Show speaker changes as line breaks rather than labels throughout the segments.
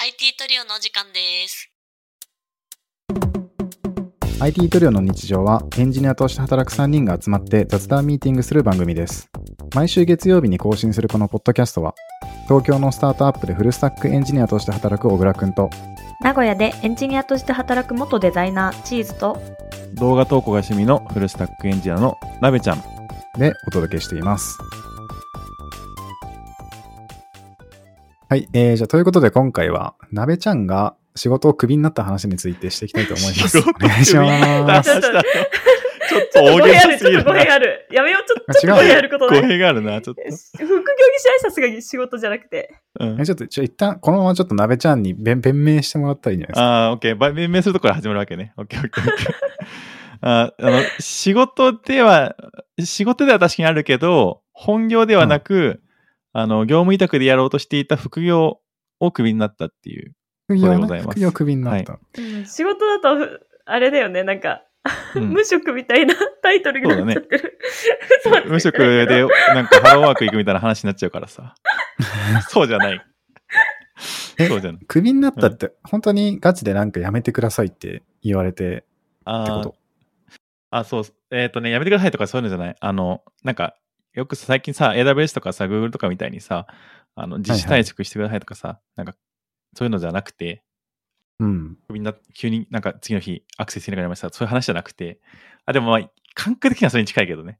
IT トリオのお時間です。
IT トリオの日常はエンジニアとして働く3人が集まって雑談ミーティングする番組です。毎週月曜日に更新するこのポッドキャストは、東京のスタートアップでフルスタックエンジニアとして働く小倉くんと、
名古屋でエンジニアとして働く元デザイナーチーズと
動画投稿が趣味のフルスタックエンジニアのなべちゃん。
でお届けしています。はい、えー、じゃあということで今回は、なべちゃんが仕事をクビになった話についてしていきたいと思います。
仕
お
事をクビ
願いしま
ち
す。
ょっと大げさすぎるな。
あるやめようちょっ
と違うちょっと語弊
あること
語弊があるな、ちょっ
副業技師挨拶が仕事じゃなくて
と。うん
えちょっと、ちょ、一旦、このままちょっとなべちゃんに弁弁明してもらったらいいんじゃないですか。
ああ、オッケー。ば弁明するところから始まるわけね。オッケー、オッケー、オッケー。あーあの、仕事では、仕事では確かにあるけど、本業ではなく、あの、業務委託でやろうとしていた副業をクビになったっていう。
副
で
業
ござ
ね
います
副業クビになった。
仕事だとふあれだよねなんか、
うん
無職みたいなタイトルになっちゃってる、そうだね
無職で、なんかハローワーク行くみたいな話になっちゃうからさ。そうじゃない。
え
そうじゃない。
クビになったって、本当にガチでなんかやめてくださいって言われて
あー
ってこと。
あ、そう。えっ、とね、やめてくださいとかそういうのじゃない。あの、なんか、よく最近さ、AWS とかさ、Google とかみたいにさ、あの、自主退職してくださいとかさ、なんか、そういうのじゃなくて、
うん。
みんな急になんか次の日アクセスしなくなりました。そういう話じゃなくて。あ、でもまあ、感覚的にはそれに近いけどね。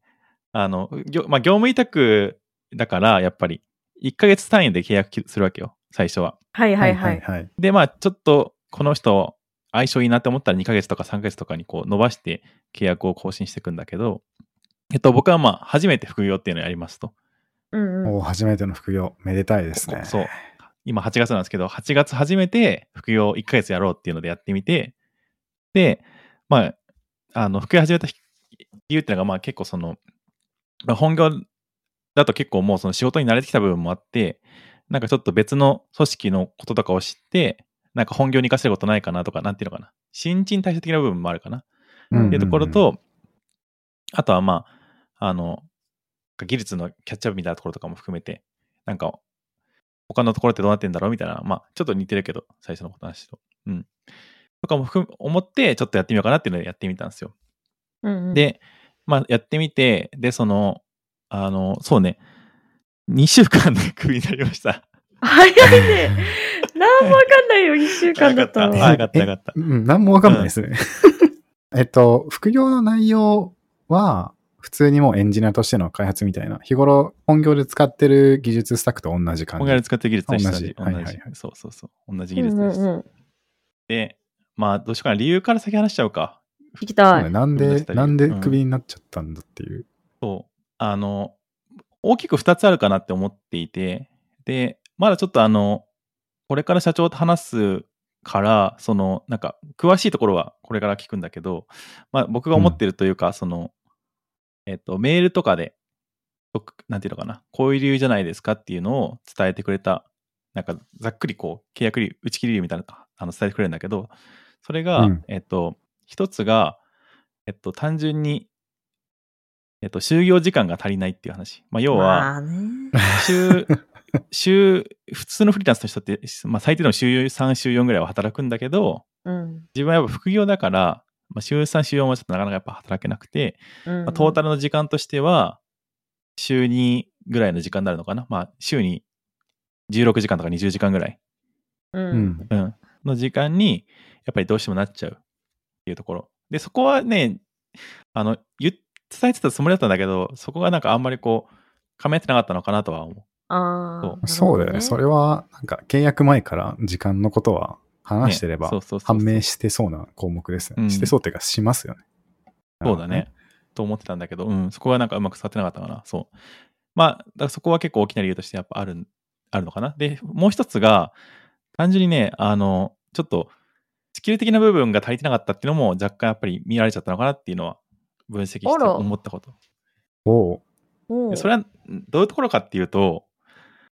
あの、業まあ、業務委託だから、やっぱり、1ヶ月単位で契約きするわけよ、最初は。
はいはいはい
はい。
で、まあ、ちょっと、この人、相性いいなって思ったら2ヶ月とか3ヶ月とかにこう伸ばして契約を更新していくんだけど、えっと、僕はまあ、初めて副業っていうのをやりますと。
うんうん
お初めての副業、めでたいですね。
そう。今8月なんですけど、8月初めて副業1ヶ月やろうっていうのでやってみて、で、まあ、あの、副業始めた理由っていうのが、まあ結構その、まあ本業だと結構もうその仕事に慣れてきた部分もあって、なんかちょっと別の組織のこととかを知って、なんか本業に活かせることないかなとか、なんていうのかな。新陳代謝的な部分もあるかな。
うんうんうん
っていうところと、、あとはまあ、あの、技術のキャッチアップみたいなところとかも含めて、なんか、他のところってどうなってんだろうみたいな、まあ、ちょっと似てるけど、最初の話と。うん。とかも含む思って、ちょっとやってみようかなっていうのでやってみたんですよ。
うんうん
で、まあ、やってみて、で、その、あの、そうね、2週間で クビになりました。
早いね何もわかんないよ1週間だったの
早かった、早かった。
うん、なんもわかんないですね。 えっと、副業の内容は、普通にもうエンジニアとしての開発みたいな、日頃本業で使ってる技術スタックと同じ感
今
じ。
回使ってる技術でした
同じ
同
は
じ
いはいはい
そうそうそう。同じ
う
技
ん
術
う
で
ん
した。
うん
で、まあ、どうしようかな。理由から先話しちゃうか。
行き
そう
た
ね
い
なんで、
うん
なんでクビになっちゃったんだっていう。
そう。あの、大きく2つあるかなって思っていて、で、まだちょっとあの、これから社長と話すから、その、なんか、詳しいところはこれから聞くんだけど、まあ、僕が思ってるというか、その、えっと、メールとかで、となんていうのかな、こういう理由じゃないですかっていうのを伝えてくれた、なんか、ざっくりこう、契約理由打ち切り理由みたいなのあの伝えてくれるんだけど、それが、
うん
えっと、一つが、えっと、単純に、えっと、就業時間が足りないっていう話。まあ、要は、
まあね
週、週、普通のフリーランスの人って、まあ、最低でも週3、週4ぐらいは働くんだけど、
うん
自分はやっぱ副業だから、まあ、週3、週4はちょっとなかなかやっぱ働けなくて、
うん
まあ、トータルの時間としては、週2ぐらいの時間になるのかな。まあ、週に16時間とか20時間ぐらい、
うん
うん。
うん、の時間に、やっぱりどうしてもなっちゃうっていうところ。で、そこはね、あの、言っ伝えてたつもりだったんだけど、そこがなんかあんまりこう、かみ合ってなかったのかなとは思う。
ああ
そうだよね。それは、なんか契約前から時間のことは話してれ
ね
ば
そう、そうそうそう
判明してそうな項目ですね。
うん
してそうっていうか、しますよね。
そうだね。。と思ってたんだけど、うん、そこはなんかうまく伝わってなかったかな。そう。まあ、だからそこは結構大きな理由としてやっぱある、あるのかな。で、もう一つが、単純にね、あの、ちょっと、スキル的な部分が足りてなかったっていうのも若干やっぱり見られちゃったのかなっていうのは分析して
あら
思ったこと。
おう
おう
でそれはどういうところかっていうと、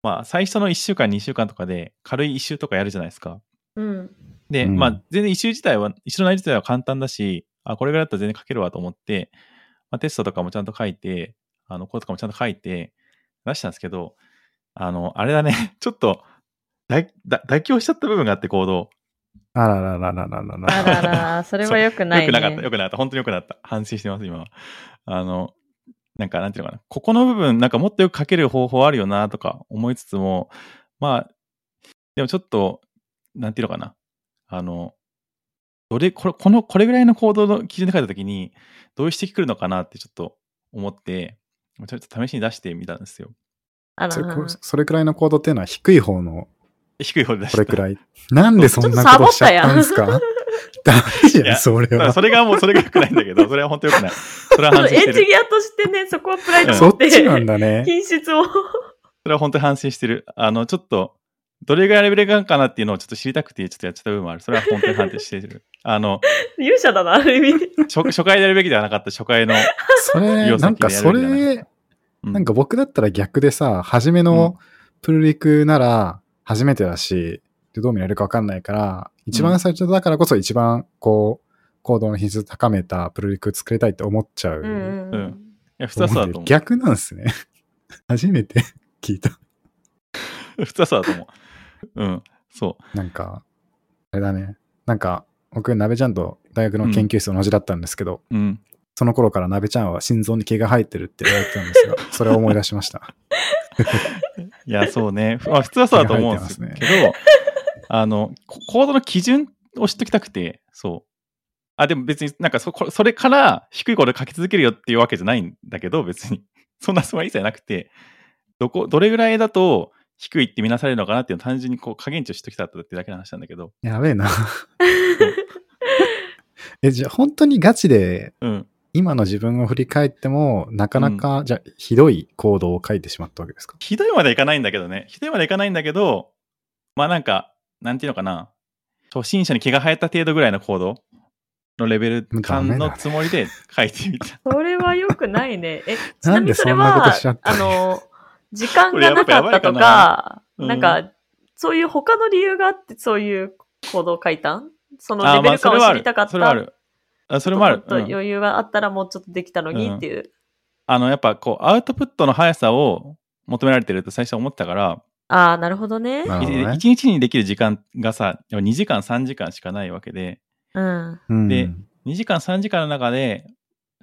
まあ最初の1週間、2週間とかで軽い1周とかやるじゃないですか。
うん
で、
うん
まあ、全然一周自体は、一周の内容自体は簡単だし、あ、これぐらいだったら全然書けるわと思って、まあ、テストとかもちゃんと書いて、 あの、コードとかもちゃんと書いて、出したんですけど、あの、あれだね、ちょっと、妥だ妥協しちゃった部分があって、行動。
あらららららら
あ
ら。
らら、それは良くない、ね。
よくなかった、よくなかった。本当によくなかった。反省してます、今は。あの、なんか、なんていうのかな。ここの部分、なんかもっとよく書ける方法あるよな、とか思いつつも、まあ、でもちょっと、なんていうのかな。あの、どれ、これ、この、これぐらいの行動の基準で書いたときに、どういう指摘来るのかなってちょっと思って、ちょっと試しに出してみたんですよ。
あら
それ
ら。
それくらいのコードっていうのは低い方の
低い方で出した。
これくらい。なんでそんなことしちゃったんです
ちょ
か ダメじ
い
ゃん、
や
それ
まあ
は。
それがもう、それが良くないんだけど、それは本当良くない。それは
ちょっ
反
と
省
エ
して
ンジ
る。
ニアとしてね、そこはプライド
うん
そ
持っ
っちなん
て、
だ ね。
品質を。
それは本当に反省してる。あの、ちょっと、どれぐらいレベルがあるかなっていうのをちょっと知りたくて、ちょっとやっちゃった部分もある。それは本当に反省してる。あの、
勇者だな、ある意味。
初 初回でやるべきではなかった、初回の。
それ、
要素
なんかそ
決められ
れ、
うん
なんか僕だったら逆でさ、初めのプルリクなら初めてだし、でどう見られるかわかんないから、一番最初だからこそ一番こう、行動の品質高めたプルリク作りたいって思っちゃう。
うんうんうん。
いや、普通はそうだと思
逆なんですね。 初めて 聞いた。
う。普通はそうだと思う。うん。そ
なんか、あれだね。なんか、僕、鍋ちゃんと大学の研究室同じだったんですけど、
う。うん。
その頃から鍋ちゃんは心臓に毛が生えてるって言われてたんですが、それを思い出しました。
いや、そうね。ふまあ、普通はそうだと思うんです
気が入っ
けど、 あの、こコードの基準を知っときたくて、そう。あ、でも別になんかそこそれから低いコード書き続けるよっていうわけじゃないんだけど、別に。 そんなつもり一切なくて、どこ、どれぐらいだと低いって見なされるのかなっていうのを単純にこう加減値を知っときたってだけの話なんだけど、
やべえな。 え、じゃあ本当にガチで、
うん。
今の自分を振り返っても、なかなか、じゃあひどい行動を書いてしまったわけですか
ひどいまではいかないんだけどね。ひどいまではいかないんだけど、まあなんか、なんていうのかな。初心者に毛が生えた程度ぐらいのコードのレベル感のつもりで書いてみた。
それは良くないね。え、ち
な
なんみ
で
にそ
そ
れ
んなこと
は
しちゃっ、た
あの、時間がな
これやばい
か
や
っ
ば
た
いか
と
な
か、
うん
なんか、そういう他の理由があって、そういう行動を書いたん その
あ
レ
ーま
ベ
あ
ル
そ
感
れ
を
はあ
知
る
りたかった。
それはある。あそれもある。
ちょっと
うん
余裕があったらもうちょっとできたのにっていう。
あの、やっぱこう、アウトプットの速さを求められてると最初思ってたから、
ああ、なるほどね。
なる
い
ほどね
一、日にできる時間がさ、やっぱ2時間、3時間しかないわけで、
うん。
うん
で2時間、3時間の中で、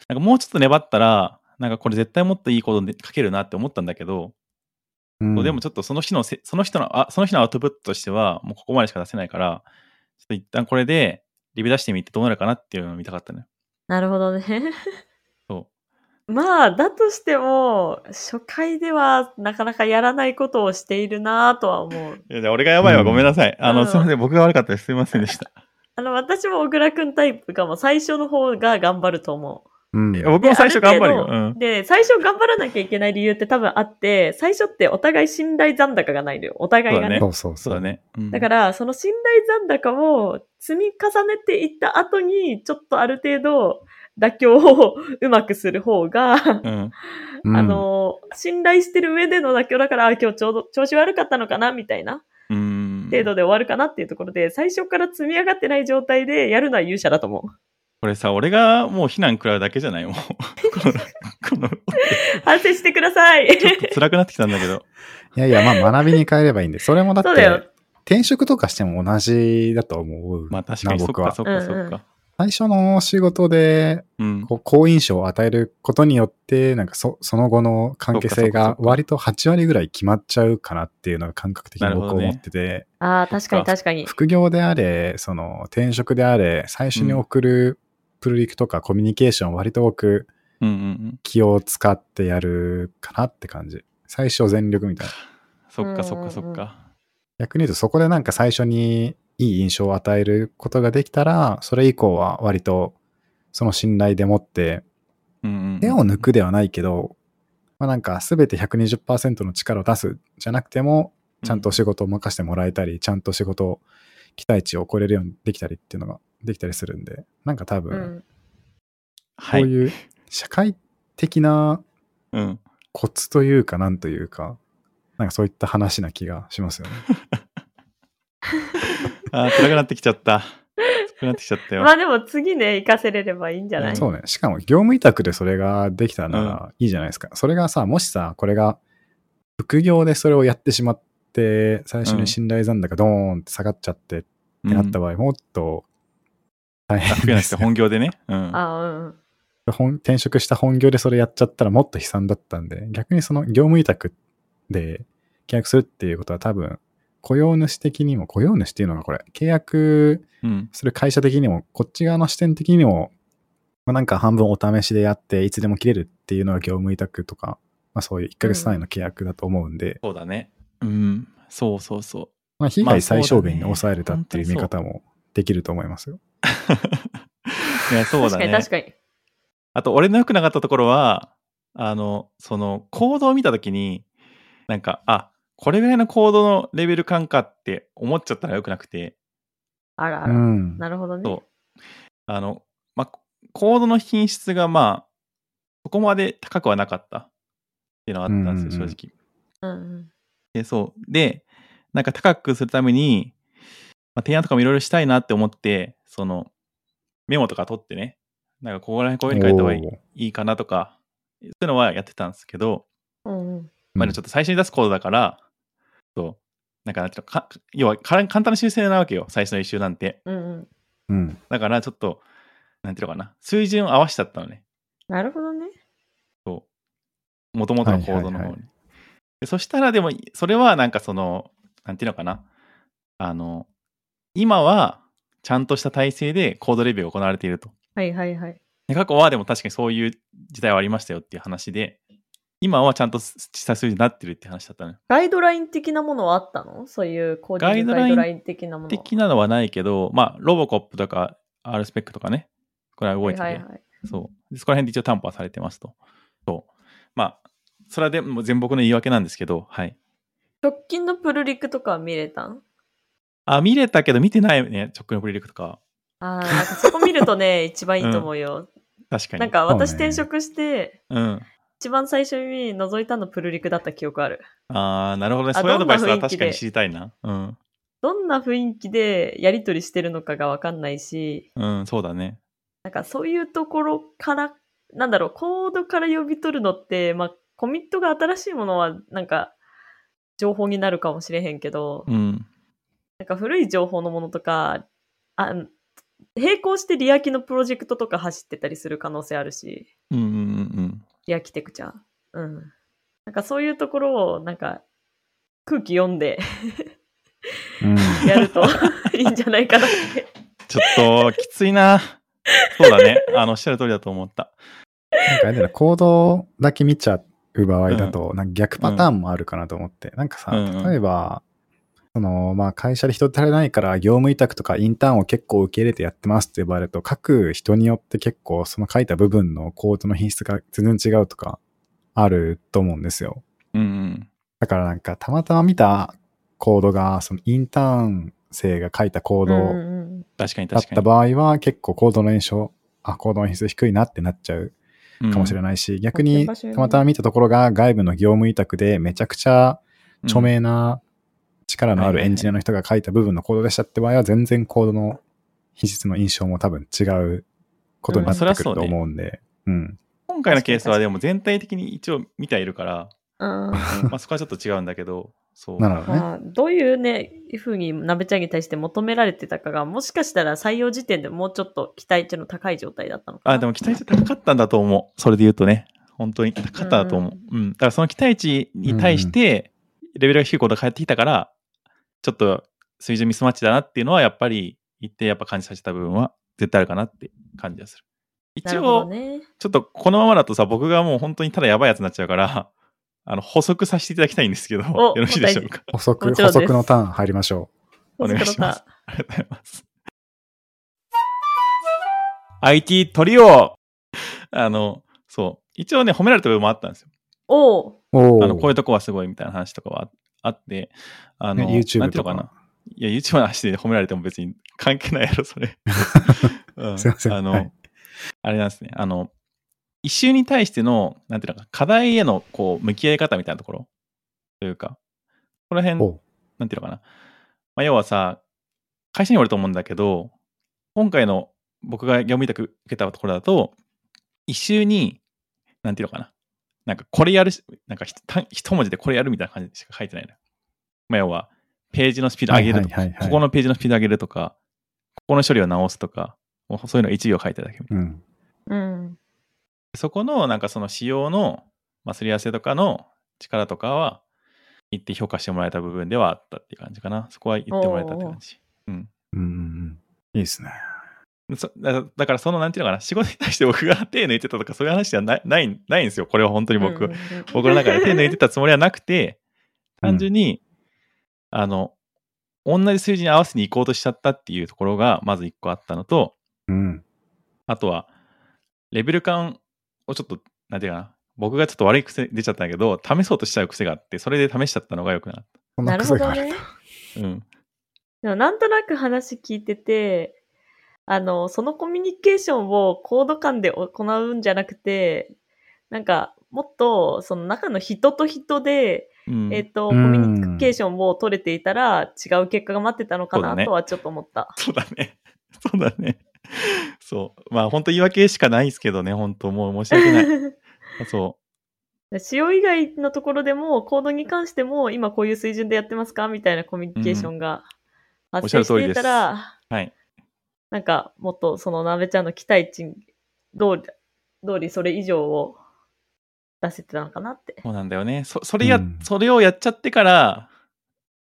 なんかもうちょっと粘ったら、なんかこれ絶対もっといいことで書けるなって思ったんだけど、
うん
でもちょっとその日のせ、その人の、あ、その日のアウトプットとしては、もうここまでしか出せないから、ちょっと一旦これで、リベ出してみてどうなるかなっていうのを見たかったね。
なるほどね。
そ
まあ、だとしても、初回ではなかなかやらないことをしているなぁとは思う。
う。いや、じゃあ俺がやばいわ。
うん
ごめんなさい。あ
う
の、
ん
すいません。僕が悪かったです。すいませんでした。
あの、私も小倉くんタイプかも、最初の方が頑張ると思う。
うん
いや僕も最初頑張るよ。
で
う
あ
ん
程度。で、最初頑張らなきゃいけない理由って多分あって、最初ってお互い信頼残高がないのよ。お互いがね。
そうそう
そ
そうう。
だね。うん
だから、その信頼残高を積み重ねていった後に、ちょっとある程度、妥協を うまくする方が、
うん。
うん
あ、の、信頼してる上での妥協だから、あ今日ちょうど調子悪かったのかな、みたいな
うん。
程度で終わるかなっていうところで、最初から積み上がってない状態でやるのは勇者だと思う。
これさ、俺がもう非難食らうだけじゃない もう。この、 こ
反省してください。
の、ちょっと辛くなってきたんだけ ど。
いやいや、まあ学びに変えればいいんで、それもだっ
そうだよ
て、転職とかしても同じだと思う。
まあ確かに、
な
そっ
僕
か
は
そっ
う
か
ん
そ
うん
っか。
最初の仕事で、
うん。
こう好印象を与えることによって、なんかそその後の関係性
そっかそっか
が
そっか
割と8割ぐらい決まっちゃうかなっていうのが感覚的に
なるほ
僕
どね
思ってて、
ああ、確かに確かに。
副業であれ、その転職であれ、最初に送るプルリクとかコミュニケーション割と僕
うんうんうん。
気を使ってやるかなって感じ。最初全力みたいな。
そっかそっかそっか。
逆に言うとそこでなんか最初にいい印象を与えることができたら、それ以降は割とその信頼でもって
うんうんうん。
手を抜くではないけど、まあ、なんか全て120%の力を出すじゃなくても、ちゃんと仕事を任せてもらえたり、ちゃんと仕事を期待値を超えれるようにできたりっていうのができたりするんで、なんか多
う
分、
ん。
こ
は
う
い。
いう社会的な
うん。
コツというか、なんというか、なんかそういった話な気がしますよね。
あー、辛くなってきちゃった。辛くなってきちゃったよ
ま。あでも次ね、活かせれればいいんじゃない
そうね。しかも業務委託でそれができたならいいじゃないですか。それがさ、もしさ、これが副業でそれをやってしまっって、最初に信頼残高ドーンって下がっちゃってってなった
わ。
場合、もっと大変
楽や
で
なくて
す。
本業でね。うん。
ああ、うん。
本転職した本業でそれやっちゃったらもっと悲惨だったんで、逆にその業務委託で契約するっていうことは多分、雇用主的にも、雇用主っていうのがこれ、契約
うん。
する会社的にも、こっち側の視点的にも、まあ、なんか半分お試しでやって、いつでも切れるっていうのが業務委託とか、まあそういう1ヶ月単位の契約だと思うんで、
そうだね。うん。そうそうそう。
まあ被
まあ
害最小限に
そうだね
抑えれたっていう見
本当
方もできると思いますよ。
いや、そう
確
だ
かに
ね。
確かに。
あと、俺の良くなかったところは、あの、その、行動を見たときに、なんか、あ、これぐらいの行動のレベル感かって思っちゃったら良くなくて、
あらあ
う
ら。
ん。
なるほどね。
そうあの、まあ、行動の品質が、まあ、そこまで高くはなかったっていうのはあったんです
うんう
よ、
んうん
正直。
うんうん。
で、そう。で、なんか高くするために、まあ、提案とかもいろいろしたいなって思って、その、メモとか取ってね、なんかここら辺こういうふうに書いた方がいい
おー
いいかなとか、そういうのはやってたんですけど、
うんうん、
うん
まあ、ちょっと最初に出すコードだから、そう、なんかなんていうのか、要はか簡単な修正なわけよ、最初の一周なんて。
うんうん。
うん。
だから、ちょっと、なんていうのかな、水準を合わしちゃったのね、
なるほどね。
そう、もともとのコードの
はい
方
はいは
に。でそしたら、でも、それはなんかその、なんていうのかな、あの、今は、ちゃんとした体制でコードレビューが行われていると。
はいはいはい。
で過去はでも確かにそういう時代はありましたよっていう話で、今はちゃんとした数字になってるって話だったの、ね。
ガイドライン的なものはあったのそういうコーディングガ
ガ
イ
イ
ド
ド
ラ
ラ
イン的なもの。
的なのはないけど、まあ、ロボコップとか R スペックとかね、これは動いてて、
はいはいはい。
そう。でそこら辺で一応担保はされてますと。そう。まあ、それはでも全僕の言い訳なんですけど、はい。
直近のプルリクとかは見れたん
あ、見れたけど見てないね、直近のプリリクとか。
ああ、なんかそこ見るとね、一番いいと思うよ。
確かに。
なんか私
そうね
転職して、
うん。
一番最初に覗いたのプルリクだった記憶ある。
ああ、なるほどね。
あ
そういうアドバイス
どん
は
な雰囲気
確
で
かに知りたいな。うん。
どんな雰囲気でやりとりしてるのかがわかんないし、
うん、そうだね。
なんかそういうところから、なんだろう、コードから読み取るのって、まあ、コミットが新しいものは、なんか、情報になるかもしれへんけど、
うん。
なんか古い情報のものとか、あ並行してリアキのプロジェクトとか走ってたりする可能性あるし、
うんうんうん
リアキテクチャー。うん。なんかそういうところを、なんか、空気読んで
うん。
やる といいんじゃないかなって。
ちょっと、きつい な。そうだね。あの、おっしゃる通りだと思った。
なんかあれだよな行動だけ見ちゃう場合だと、なんか逆パターンもあるかなと思って。なんかさ、
うんうん
例えば、その、まあ、会社で人足りないから、業務委託とかインターンを結構受け入れてやってますって呼ばれると、各人によって結構その書いた部分のコードの品質が全然違うとか、あると思うんですよ。
うんうん。
だからなんか、たまたま見たコードが、そのインターン生が書いたコー
うん
ド
うんうん
確かに
だっ
確か
た
に。
場合は、結構コードの印象、あ、コードの品質低いなってなっちゃうかもしれ
い。
ないし、逆に
場所
た
によるね
またま見たところが外部の業務委託でめちゃくちゃ著名な力のあるエンジニアの人が書いた部分のコードでしたって場合は全然コードの品質の印象も多分違うことになって
うんまあ
く
そりゃ
る
そう
と
ね
思うんで、うん。
今回のケースはでも全体的に一応見てはいるから、
うん
まあ、そこはちょっと違うんだけど、そう。
なるほどね。
まあ、どういうね、ふうに鍋ちゃんに対して求められてたかが、もしかしたら採用時点でもうちょっと期待値の高い状態だったのかな。
あ、でも期待値高かったんだと思う。それで言うとね。本当に高かったんだと思う。うん、だからその期待値に対して、レベルが低いことが返ってきたから、ちょっと水準ミスマッチだなっていうのは、やっぱり一定やっぱ感じさせた部分は絶対あるかなって感じがする。
な
一
るほ
応、
どね。
ちょっとこのままだとさ、僕がもう本当にただやばいやつになっちゃうから、あの、補足させていただきたいんですけど、
お
よろしいでしょうか。
補足、
もちろ
補
んです
足のターン入りましょ
お願いします
そ
ありがとうございます。IT トリオあの、そう。一応ね、褒められた部分もあったんですよ。
うおう
う。お
あの、こういう
ー
とこはすごいみたいな話とかはああって、あの、
ね YouTube
なんていうの
と
かな。いや、YouTube の話で褒められても別に関係ないやろ、それ。う
すいません
あの、
はい
あれなんですね。あの、一周に対しての、なんていうのか、課題への、こう、向き合い方みたいなところというか、この辺
おう
なんていうのかな。まあ、要はさ、会社にもよると思うんだけど、今回の僕が業務委託受けたところだと、一周に、なんていうのかな。なんかこれやるし、なんかひた一文字でこれやるみたいな感じしか書いてないのよ。まあ、要は、ページのスピード上げるとか、
はいはいはいはい
ここのページのスピード上げるとか、ここの処理を直すとか、もうそういうの1行書いただけみたい
う
な。
ん。
うん。
そこの、なんかその仕様の、まあ、すり合わせとかの力とかは、言って評価してもらえた部分ではあったっていう感じかな。そこは言ってもらえたって感じ。うん。
うんうんうん。いいですね。
そだだからその、なんていうのかな、仕事に対して僕が手抜いてたとか、そういう話ではない、ない、ないんですよ。これは本当に僕。
うんうんうん、
僕の中で手抜いてたつもりはなく て、
うん
単純に、あの、同じ数字に合わせに行こうとしちゃったっていうところが、まず一個あったのと、
うん。
あとは、レベル感をちょっと、なんていうかな、僕がちょっと悪い癖出ちゃったんだけど、試そうとしちゃう癖があって、それで試しちゃったのが良くなかっ
そん
な
な
る
癖
ほ
が
ど
ある。
ね。
た。うん。
でもなんとなく話聞いてて、あの、そのコミュニケーションをコード間で行うんじゃなくて、なんか、もっと、その中の人と人で、
うん
えっ、と、
う
コ
ん
ミュニケーションを取れていたら、違う結果が待ってたのか
そうだ
な
ね
とはちょっと思った。
そうだね。 そうだね。そう。まあ、本当言い訳しかないですけどね、本当もう申し訳ない。そ
使用以外のところでも、コードに関しても、今こういう水準でやってますかみたいなコミュニケーションが発生していた
おっしゃる
ら、
う。はい。
なんか、もっとそのなべちゃんの期待値通り、通りそれ以上を出せてたのかなって。
そうなんだよね。そそれや、
うん
それをやっちゃってから、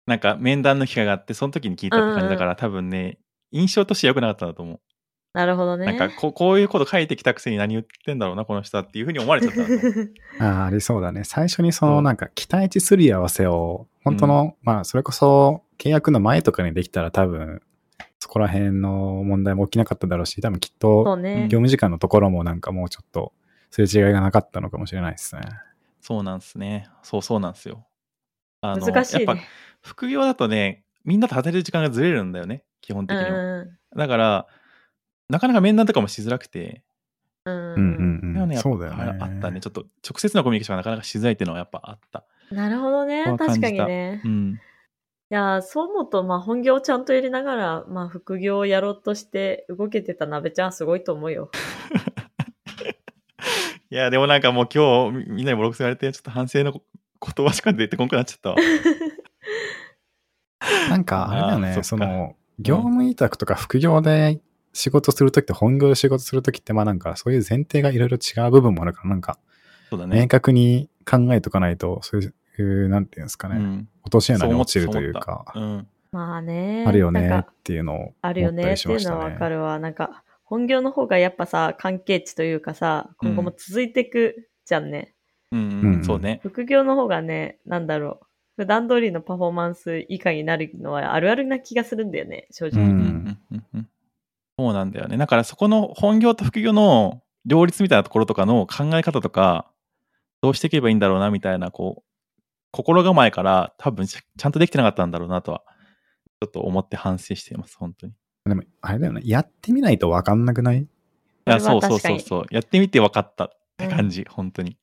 なんか面談の機会があって、その時に聞いたって感じだから、多分ね、印象として良くなかったんだと思
なるほど
う。
ね。
なんかこう、こういうこと書いてきたくせに何言ってんだろうな、この人はっていうふうに思われちゃったんだと 思う
ああ、ありそうだね。最初にその
うん
なんか期待値すり合わせを、本当の、まあそれこそ契約の前とかにできたら多分、そこら辺の問題も起きなかっただろうし、多分きっ
そ
と
う
う
ね
ん
業。務時間のところもなんかもうちょっとすれ違いがなかったのかもしれないですね。
そうなんですね。そうそうなんですよ。あの
難しい、ね。
やっぱ副業だとね、みんなと働いてる時間がずれるんだよね、基本的には。だから、なかなか面談とかもしづらくて、
うん。う。
うんんうんう
でも
ん。
ねやっぱ
そうだよね。
あったね。ちょっと直接のコミュニケーションがなかなかしづらいっていうのはやっぱあった。
なるほどね
こう。感じ
確か
た
にね。
う
い
ん。
やー、そう思うと、まあ本業をちゃんとやりながら、まあ副業をやろうとして動けてたなべちゃんすごいと思うよ。
いや、でもなんかもう今日みみんなにボロクソ言われて、ちょっと反省のこ言葉しか出てこなくなっちゃったわ。
なんかあれだよ
あー
ね、
そっ
そ
か
の、業務委託とか副業で仕事するときと本業で仕事するときって、まあなんかそういう前提がいろいろ違う部分もあるから、なんか
そうだ
明
ね。
確に考えとかないと、そういう、なんていうんですか
う
ね、
ん。
落とし穴
そう
に
思
落
った
ちるというか、
うん。
まあね。
あるよ
な
ね
ん
っ
か
ていうのを
あ
思
るよ
った
ね
り
っ
して
い
ま
う
し
の
た
はわ
ね。
かるわ。なんか、本業の方がやっぱさ、関係値というかさ、今後も続いていくじゃんね。
うん、
う
うんん。そうね。
副業の方がね、なんだろう。普段通りのパフォーマンス以下になるのはあるあるな気がするんだよね、正
う
直。
ん
うんうんうんうん。そうなんだよね。だからそこの本業と副業の両立みたいなところとかの考え方とか、どうしていけばいいんだろうなみたいな、こう、心構えから多分ちちゃんとできてなかったんだろうなとは、ちょっと思って反省しています、本当に。い
でも、あれだよね、やってみないとわかんなくない
や、
それ
そ
は
うそう
確か
そ
に
うそう。やってみて分かったって感じ、本当に。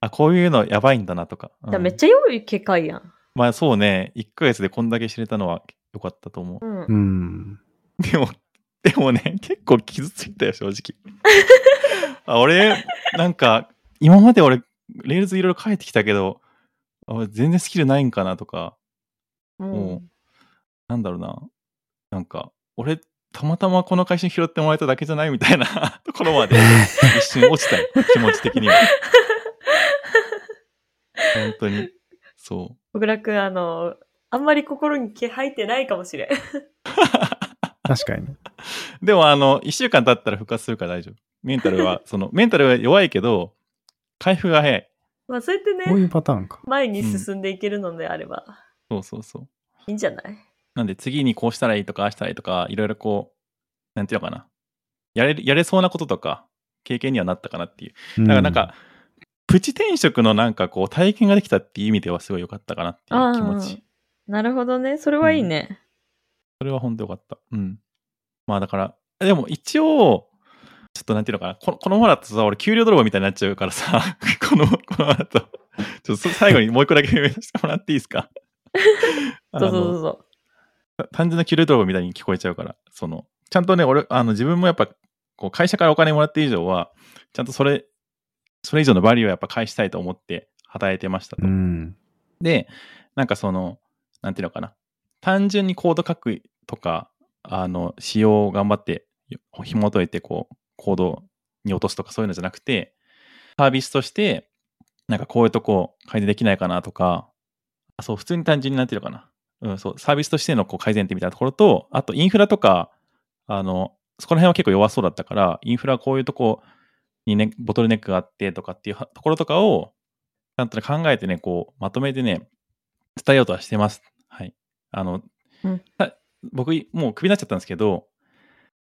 あ、こういうのやばいんだなとか。う
だ
ん
からめっちゃ良い機会やん。
まあそうね、1ヶ月でこんだけ知れたのは良かったと思う
う。ん。
うん。
でも、でもね、結構傷ついたよ、正直。あ俺、なんか、今まで俺、レールズいろいろ書いてきたけど、あ俺全然スキルないんかなとか、
うん
もう、なんだろうな、なんか、俺、たまたまこの会社に拾ってもらえただけじゃないみたいな ところまで、一瞬落ちたよ、気持ち的には。本当に。そう。
小倉くん、あの、あんまり心に気入ってないかもしれん。
確かにね。
でもあの、1週間経ったら復活するから大丈夫。メンタル は、その、メンタルは弱いけど、回復が早い。
まあ、そうやってね
こう、いうパターンか。
前に進んでいけるのであれば、
そうそうそう。
いいんじゃない
なんで次にこうしたらいいとか、ああしたらいいとか、いろいろこう、なんていうのかな。やれる、やれそうなこととか、経験にはなったかなっていう。
だ
だからなんか、プチ転職のなんかこう、体験ができたっていう意味ではすごい良かったかなっていう気持
あー
ち。
なるほどね。それはいいね。
それは本当良かった。うん。まあだから、でも一応、ちょっとなんていうのかな。この、このままだとさ、俺給料泥棒みたいになっちゃうからさ、 この、このままだと。ちょっとそ最後にもう一個だけ目指してもらっていいで すかあ
どう
の
ぞどうぞ。
単純な給料泥棒みたいに聞こえちゃうから、その、ちゃんとね、俺、あの、自分もやっぱ、こう、会社からお金もらって以上は、ちゃんとそれ、それ以上のバリューをやっぱ返したいと思って働いてましたと。
うん。
で、なんかその、なんていうのかな。単純にコード書くとか、あの、仕様を頑張ってよ紐解いて、こう、コードに落とすとかそういうのじゃなくて、サービスとして、なんかこういうとこ改善できないかなとか、あそう、普通に単純になってるのかな。うん、そう、サービスとしてのこう改善点みたいなところと、あとインフラとか、あの、そこら辺は結構弱そうだったから、インフラこういうとこにね、ボトルネックがあってとかっていうはところとかを、ちゃんとね、考えてね、こう、まとめてね、伝えようとはしてます。はい。あの、
うん
た僕、もうクビになっちゃったんですけど、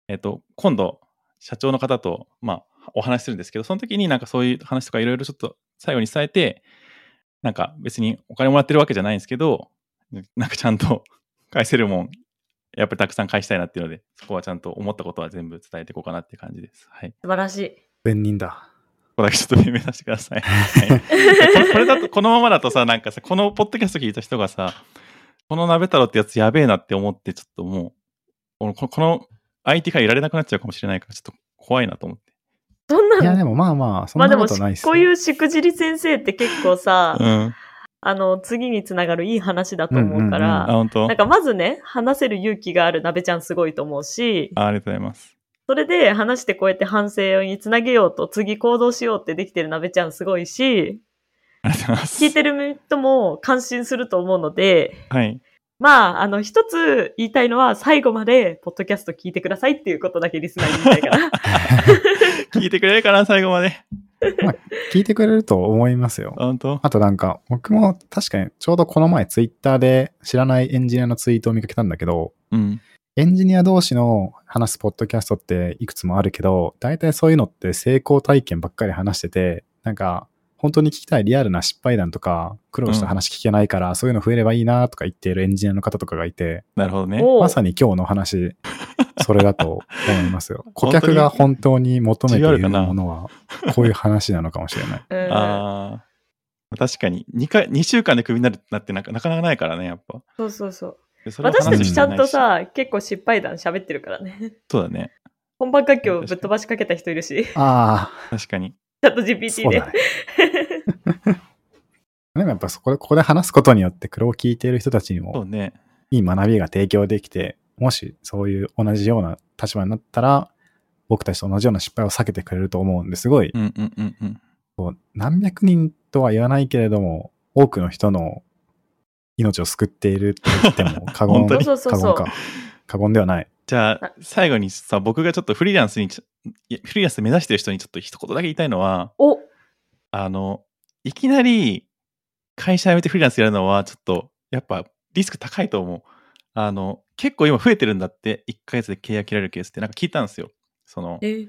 えっと、今度、社長の方と、まあ、お話しするんですけど、その時になんかそういう話とかいろいろちょっと最後に伝えて、なんか別にお金もらってるわけじゃないんですけど、なんかちゃんと返せるもん、やっぱりたくさん返したいなっていうので、そこはちゃんと思ったことは全部伝えていこうかなっていう感じです。はい。
素晴らしい。
善人だ。
ここだけちょっと目指してください。はいこれこれだと、このままだとさ、なんかさ、このポッドキャスト聞いた人がさ、この鍋太郎ってやつやべえなって思って、ちょっともう、俺ここの IT がいられなくなっちゃうかもしれないから、ちょっと怖いなと思って。
そんない
や、
の
でもまあまあ、そん
まあで
なこ
も
とないっす
こ
よ、
ういうしくじり先生って結構さ、
うん。
あの、次につながるいい話だと思うか
あ、
ら、
本当
なんかまずね、話せる勇気があるなべちゃんすごいと思うし、
あありがとうございます。
それで話してこうやって反省につなげようと、次行動しようってできてるなべちゃんすごいし、
ありがとうございます。
聞いてる人も感心すると思うので、
はい。
まあ、あの、一つ言いたいのは、最後まで、ポッドキャスト聞いてくださいっていうことだけリスナーに言いたいから。
聞いてくれるかな、最後まで。
聞いてくれると思いますよ。
あ本当
あとなんか、僕も確かにちょうどこの前ツイッターで知らないエンジニアのツイートを見かけたんだけど、
うん。
エンジニア同士の話すポッドキャストっていくつもあるけど、大体そういうのって成功体験ばっかり話してて、なんか、本当に聞きたいリアルな失敗談とか、苦労した話聞けないから、そういうの増えればいいなとか言っているエンジニアの方とかがいて、
なるほどね。
おう
まさに今日の話、それだと思いますよ。顧
本当に
客が本当に求めているものは、こういう話なのかもしれ ない。
うん
ああ。確かに2回、二週間でクビになるなってなんかなかなかないからね、やっぱ。
そうそうそう。
でそれを話
私
す
た
人
ち
い
ちゃ
なんい
と
し、
さ、結構失敗談喋ってるからね。
そうだね。
本番環境ぶっ飛ばしかけた人いるし、チ
ああ、
確かに。
ャット GPT
そう
で
だ。ね。 でもやっぱそこで、ここで話すことによって、これを聞いている人たちにも
そうね。
いい学びが提供できて、もしそういう同じような立場になったら、僕たちと同じような失敗を避けてくれると思うんですごい、
うんうんうんうん。
こう何百人とは言わないけれども、多くの人の命を救っているって言って も過言
本当
過
に
そうそうそうそう
言か。過言ではない。
じゃあ
あ、
最後にさ、僕がちょっとフリーランスにちょ、いやフリーランス目指してる人にちょっと一言だけ言いたいのは、
お
あの、いきなり会社辞めてフリーランスやるのは、ちょっと、やっぱリスク高いと思う。あの、結構今増えてるんだって、1ヶ月で契約切られるケースってなんか聞いたんですよ。その、
え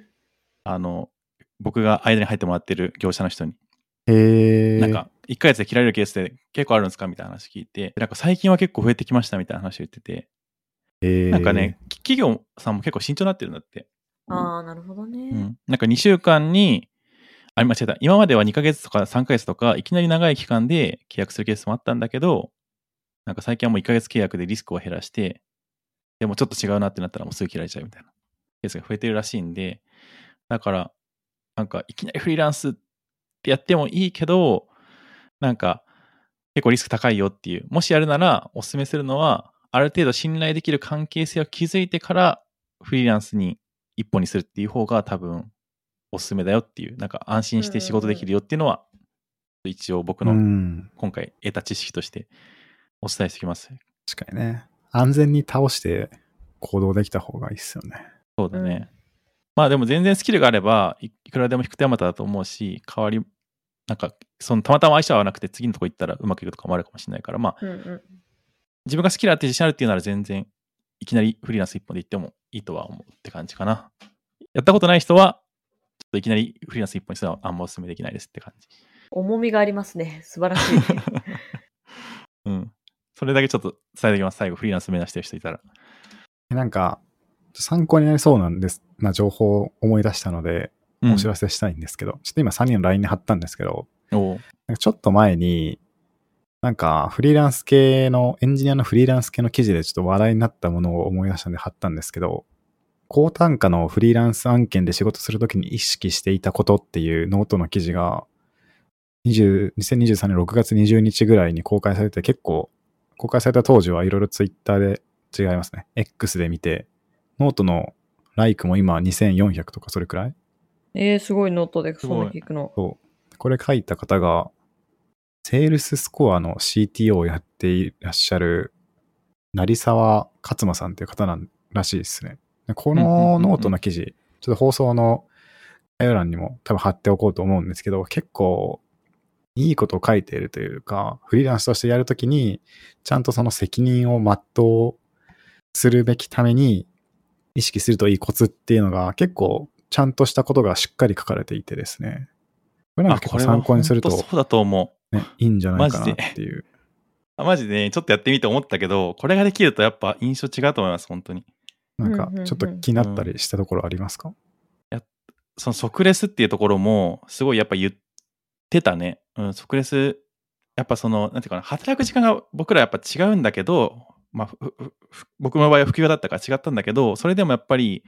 あの、僕が間に入ってもらってる業者の人に。
へえ。
なんか、1ヶ月で切られるケースって結構あるんですかみたいな話聞いて、なんか最近は結構増えてきましたみたいな話を言ってて、
へー
なんかね、き企業さんも結構慎重になってるんだって。
ああ、なるほどね。
うん、なんか2週間に、あ、間違えた。今までは2ヶ月とか3ヶ月とか、いきなり長い期間で契約するケースもあったんだけど、なんか最近はもう1ヶ月契約でリスクを減らして、でもちょっと違うなってなったらもうすぐ切られちゃうみたいなケースが増えてるらしいんで、だから、なんかいきなりフリーランスってやってもいいけど、なんか結構リスク高いよっていう、もしやるならお勧めするのは、ある程度信頼できる関係性を築いてからフリーランスに一本にするっていう方が多分おすすめだよっていう、なんか安心して仕事できるよっていうのは、一応僕
う
の
ん。
今回得た知識としてお伝えしておきます。
確かにね。安全に倒して行動できた方がいいっすよね。
そうだね。
うん
まあでも全然スキルがあればいいくらでも引く手あまただと思うし、代わり、なんかそのたまたま相性合わなくて次のとこ行ったらうまくいくとかもあるかもしれないから、まあ
うんうん
自分が好きだって自信あるっていうなら全然いきなりフリーランス一本で行ってもいいとは思うって感じかな。やったことない人は、ちょっといきなりフリーランス一本にするのはあんまお勧めできないですって感じ。
重みがあります ね。素晴らしい。
うん。それだけちょっと伝えておきます。最後、フリーランス目指してる人いたら。
なんか、参考になりそうなんです、な情報を思い出したので、
面
お知らせしたいんですけど、ちょっと今3人の LINE に貼ったんですけど、な
おう
んかちょっと前に、なんかフリーランス系の、エンジニアのフリーランス系の記事でちょっと話題になったものを思い出したんで貼ったんですけど、高単価のフリーランス案件で仕事するときに意識していたことっていうノートの記事が、20 2023年6月20日ぐらいに公開されて結構公開された当時はいろいろツイッターで違いますね。X で見て、ノートのライクも今2400とかそれくらい
えー、すごいノートでそんな聞くの。
そう。これ書いた方が、セールススコアの CTO をやっていらっしゃる、成沢勝馬さんという方なんらしいですね。でこのノートの記事、ちょっと放送の概要欄にも多分貼っておこうと思うんですけど、結構いいことを書いているというか、フリーランスとしてやるときに、ちゃんとその責任を全うするべきために、意識するといいコツっていうのが結構ちゃんとしたことがしっかり書かれていてですね。これなん
あ、
か結構
これは
参考にすると、
本当そうだと思う。
ね、いいんじゃないかな
マジ
っ
で
ていう。
あマジで、ちょっとやってみて思ったけど、これができるとやっぱ印象違うと思います、本当に。
なんか
うんうんうん
ちょっと気になったりしたところありますか、
その即レスっていうところも、すごいやっぱ言ってたね。うん、即レス、やっぱその、なんていうかな、働く時間が僕らやっぱ違うんだけど、まあ、ふふふ僕の場合は副業だったから違ったんだけど、それでもやっぱり、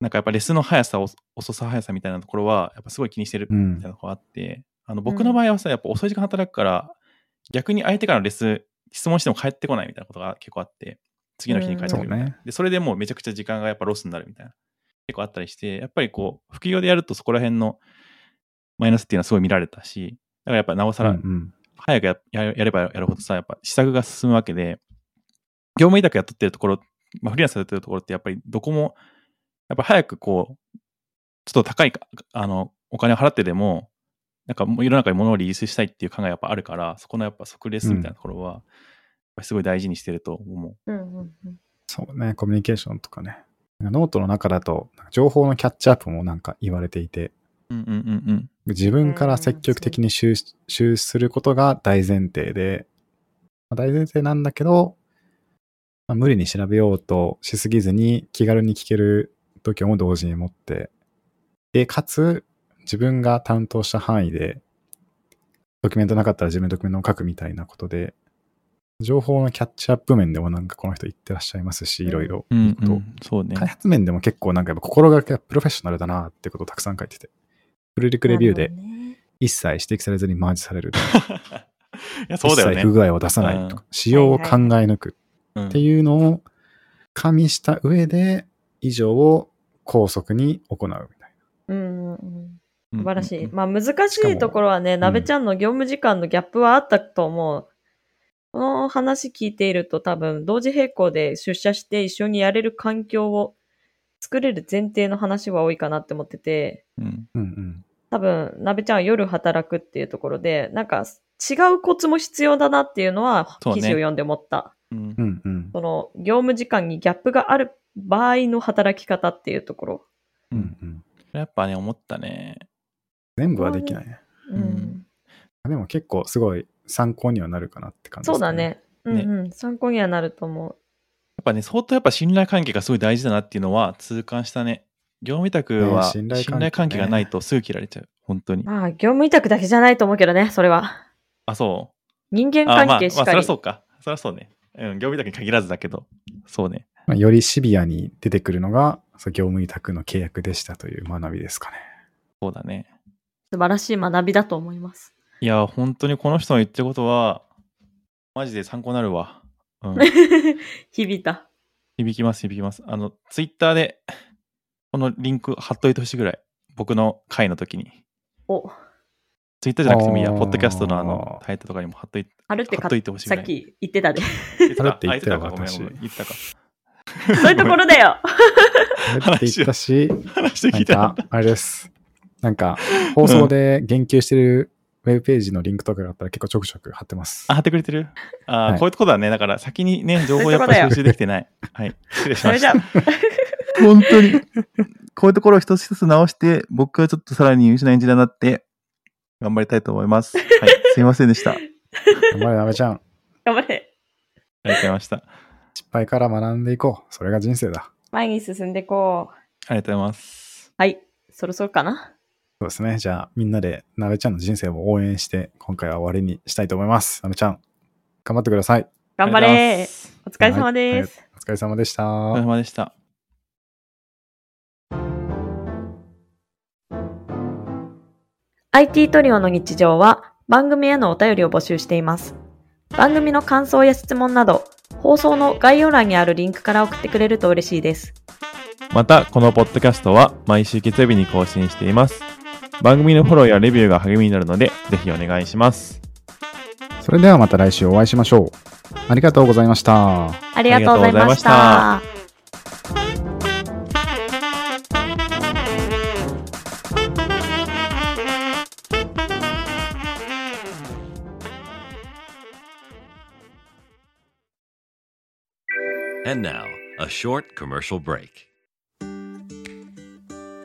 なんかやっぱレスの速さ、お遅さ速さみたいなところは、やっぱすごい気にしてる
う
みたい
ん
なとこがあって、あの僕の場合はさ、やっぱ遅い時間働くから、逆に相手からのレス、質問しても返ってこないみたいなことが結構あって、次の日に返ってくるみたいな
うんそうね
で、それでもうめちゃくちゃ時間がやっぱロスになるみたいな、結構あったりして、やっぱりこう、副業でやるとそこら辺のマイナスっていうのはすごい見られたし、だからやっぱなおさ
う
ら
んうん
早くやややればやるほどさ、やっぱ施策が進むわけで、業務委託やっとってるところ、まあ、フリーランスやっとってるところって、やっぱりどこも、やっぱ早くこう、ちょっと高いかあのお金を払ってでも、なんかもう世の中に物をリリースしたいっていう考えがやっぱあるから、そこのやっぱ即レスみたいなところは、やっぱりすごい大事にしてると思
うんうんうん
そうね、コミュニケーションとかね。なんかノートの中だと、なんか情報のキャッチアップもなんか言われていて、
う。うんうんうんうん。
自分から積極的に収集することが大前提で、まあ大前提なんだけど、まあ無理に調べようとしすぎずに気軽に聞ける度胸も同時に持って、で、かつ自分が担当した範囲で、ドキュメントなかったら自分でドキュメントを書くみたいなことで、情報のキャッチアップ面でもなんかこの人言ってらっしゃいますし、いろいろ
うん
いいことを
そうね。
開発面でも結構なんかやっぱ心がけがプロフェッショナルだなってことをたくさん書いてて、プルリクレビューで
なるほどね
一切指摘されずにマージされる。
いや、そうだよ
一
ね
切不。具合を出さないとか、仕様を考え抜く
うん
っていうのを加味した上で、以上を高速に行うみたい
うんうんうん
うん
素晴らし
うん
い。
うん
まあ難しいところはね、
も
なべちゃんの業務時間のギャップはあったと思う。この話聞いていると多分同時並行で出社して一緒にやれる環境を作れる前提の話は多いかなって思ってて、
うん
な。うん
多分なべちゃんは夜働くっていうところで、なんか違うコツも必要だなっていうのは記
そうね
事を読んで思った。
うん
うん。うんうん。
その業務時間にギャップがある場合の働き方っていうところ。
う
うんん
うん。
やっぱね、思ったね。
全部はできないね。
う
うん
ん、
でも結構すごい参考にはなるかなって感じで
そう
す
だ。ね。うん
ね
うん、参考にはなると思う。
やっぱね、相当やっぱ信頼関係がすごい大事だなっていうのは痛感したね。業務委託は
ね信
信
頼関係ね
頼関係がないとすぐ切られちゃう。本当に。
まあ、業務委託だけじゃないと思うけどね、それは。
あ、そ
人
う。
間
あ、まあ、ま
関係
あ、そ
し
り
か
ゃ
り。
そうか。そりゃそうね。うん、業務委託に限らずだけど。そうね。
まあよりシビアに出てくるのが、そう業務委託の契約でしたという学びです かね。
そうだね。
素晴らしい学びだと思います。
いや、本当にこの人の言ってることは、マジで参考になるわ。うん。
響いた。
響きます、響きます。あの、ツイッターで、このリンク貼っといてほしいぐらい。僕の回の時に。
お、
ツイッターじゃなくてもいいや、
あー
ポッドキャストのあの、タイトルとかにも貼っといて、
あるって
貼
か
っといてほしい
さ
ぐら
っ
い。
き言ってたで。
言って
あるって
あ
言ってた
か
わ
ごめんごめん
私
言ってたか。
そういうところだよ。
これって言ったし、
話して
なん
聞いたら
か、あれです。なんか、放送で言及してるウェブページのリンクとかがあったら結構ちょくちょく貼ってます。
あ、貼ってくれてるあー、
はい
こういうとこだね。だから先にね、情報やっ
そう
ぱ
いうとこだよ
収集できてない。はい。失礼し
そ
ま
れ
し
じゃ
た。
あ、
本当に。こういうところを一つ一つ直して、僕はちょっとさらに優秀なエンジニアになって、頑張りたいと思います。はい。すいませんでした。あり
頑張れ、なべちゃん。
頑張れ。
がとうございました。あ
失敗から学んでいこう。それが人生だ。
前に進んでいこう。
りがとうございます。
はい、そろそろかな。
そうですね。じゃあ、みんなでなべちゃんの人生を応援して、今回は終わりにしたいと思います。なべちゃん、頑張ってください。
頑張
ありが
れ
とうございま。す
お疲れ様です。
お疲れ様でした。
お疲れ様でした。
IT トリオの日常は番組へのお便りを募集しています。番組の感想や質問など、放送の概要欄にあるリンクから送ってくれると嬉しいです。
また、このポッドキャストは毎週月曜日に更新しています。番組のフォローやレビューが励みになるので、ぜひお願いします。
それではまた来週お会いしましょう。ありがとうございました。
ありがとうございまし
ありがとうございま
た。
And now, a short commercial break.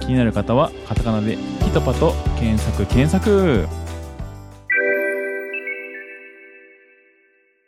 気になる方は、カタカナで、ピトパと検索検索